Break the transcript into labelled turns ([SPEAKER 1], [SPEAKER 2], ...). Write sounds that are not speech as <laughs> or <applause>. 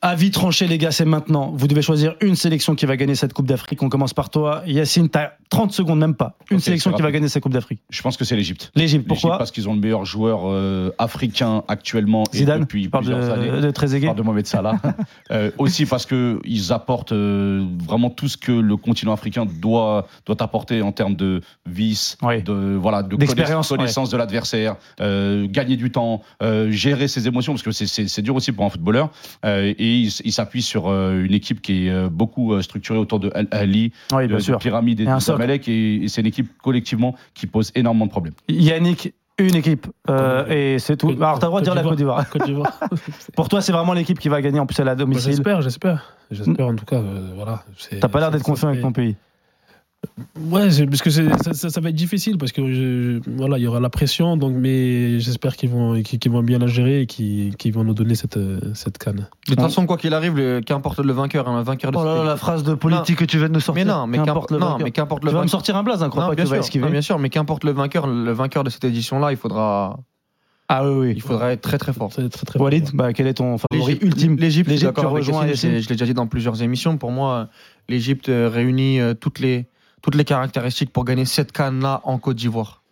[SPEAKER 1] Avis tranché, les gars, c'est maintenant. Vous devez choisir une sélection qui va gagner cette Coupe d'Afrique. On commence par toi. Yacine, t'as 30 secondes, même pas. Une
[SPEAKER 2] Ok,
[SPEAKER 1] sélection
[SPEAKER 2] c'est
[SPEAKER 1] qui va
[SPEAKER 2] rapide.
[SPEAKER 1] gagner cette Coupe d'Afrique.
[SPEAKER 2] Je pense que c'est l'Égypte.
[SPEAKER 1] L'Égypte,
[SPEAKER 2] L'Égypte
[SPEAKER 1] pourquoi
[SPEAKER 2] Parce qu'ils ont le meilleur joueur euh, africain actuellement et
[SPEAKER 1] Zidane,
[SPEAKER 2] depuis
[SPEAKER 1] tu parles
[SPEAKER 2] plusieurs années.
[SPEAKER 1] de, de
[SPEAKER 2] Je
[SPEAKER 1] Trezeguet.
[SPEAKER 2] parle de
[SPEAKER 1] <laughs>
[SPEAKER 2] Mohamed Salah. Euh, aussi parce que ils apportent euh, vraiment tout ce que le continent africain doit doit apporter en termes de vice,
[SPEAKER 1] Oui.
[SPEAKER 2] de voilà, de
[SPEAKER 1] D'expérience,
[SPEAKER 2] connaiss- connaissance de l'adversaire, euh, gagner du temps, euh, gérer ses émotions parce que c'est- c'est c'est dur aussi pour un footballeur. Euh, et ils ils s'appuient sur euh, une équipe qui est euh, beaucoup euh, structurée autour de Al Ali,
[SPEAKER 1] Oui, bien
[SPEAKER 2] de, de
[SPEAKER 1] sûr.
[SPEAKER 2] pyramide et,
[SPEAKER 1] Et un
[SPEAKER 2] de
[SPEAKER 1] socle.
[SPEAKER 2] Zamalek. Et, et c'est une équipe collectivement qui pose énormément de problèmes.
[SPEAKER 1] Yannick, une équipe. euh, et c'est tout. Alors, t'as le droit de dire la Côte d'Ivoire.
[SPEAKER 3] Côte d'Ivoire.
[SPEAKER 1] <laughs> Pour toi, c'est vraiment l'équipe qui va gagner. En plus, elle est à
[SPEAKER 3] Bah,
[SPEAKER 1] domicile.
[SPEAKER 3] J'espère, j'espère. J'espère en tout cas. euh, voilà. c'est-
[SPEAKER 1] Mm. T'as pas l'air
[SPEAKER 3] c'est-
[SPEAKER 1] d'être confiant avec
[SPEAKER 3] c'est-
[SPEAKER 1] ton pays.
[SPEAKER 3] Ouais, c'est- parce que c'est- ça, ça- ça va être difficile parce que je- je- voilà, il y aura la pression. Donc, mais j'espère qu'ils vont, qu'ils, qu'ils vont bien la gérer et qu'ils, qu'ils vont nous donner cette, euh, cette canne.
[SPEAKER 4] De toute façon, quoi qu'il arrive, le- qu'importe le vainqueur, hein, le vainqueur de
[SPEAKER 1] Oh là
[SPEAKER 4] cette
[SPEAKER 1] là, la phrase de politique que tu viens de nous
[SPEAKER 4] Mais
[SPEAKER 1] sortir.
[SPEAKER 4] non, mais qu'importe
[SPEAKER 1] qu'importe
[SPEAKER 4] le
[SPEAKER 1] le
[SPEAKER 4] non,
[SPEAKER 1] vainqueur.
[SPEAKER 4] mais qu'importe
[SPEAKER 1] Tu
[SPEAKER 4] le
[SPEAKER 1] vas me
[SPEAKER 4] vainqueur.
[SPEAKER 1] sortir un blaze, hein, crois
[SPEAKER 4] Non,
[SPEAKER 1] pas que
[SPEAKER 4] bien
[SPEAKER 1] tu vas
[SPEAKER 4] sûr, non,
[SPEAKER 1] esquiver.
[SPEAKER 4] bien sûr, mais qu'importe le vainqueur, le vainqueur de cette édition-là, il faudra,
[SPEAKER 1] Ah oui,
[SPEAKER 4] il
[SPEAKER 1] oui.
[SPEAKER 4] faudra être très très fort.
[SPEAKER 3] C'est très, très
[SPEAKER 1] Walid,
[SPEAKER 3] fort.
[SPEAKER 1] bah, quel est ton favori
[SPEAKER 4] L'Égypte-
[SPEAKER 1] ultime
[SPEAKER 4] L'Égypte, je suis
[SPEAKER 1] L'Égypte, tu
[SPEAKER 4] d'accord avec
[SPEAKER 1] rejoins Yacine.
[SPEAKER 4] Yacine, je l'ai- je l'ai déjà dit dans plusieurs émissions. Pour moi, l'Égypte euh, réunit euh, toutes les toutes les caractéristiques pour gagner cette canne là en Côte d'Ivoire.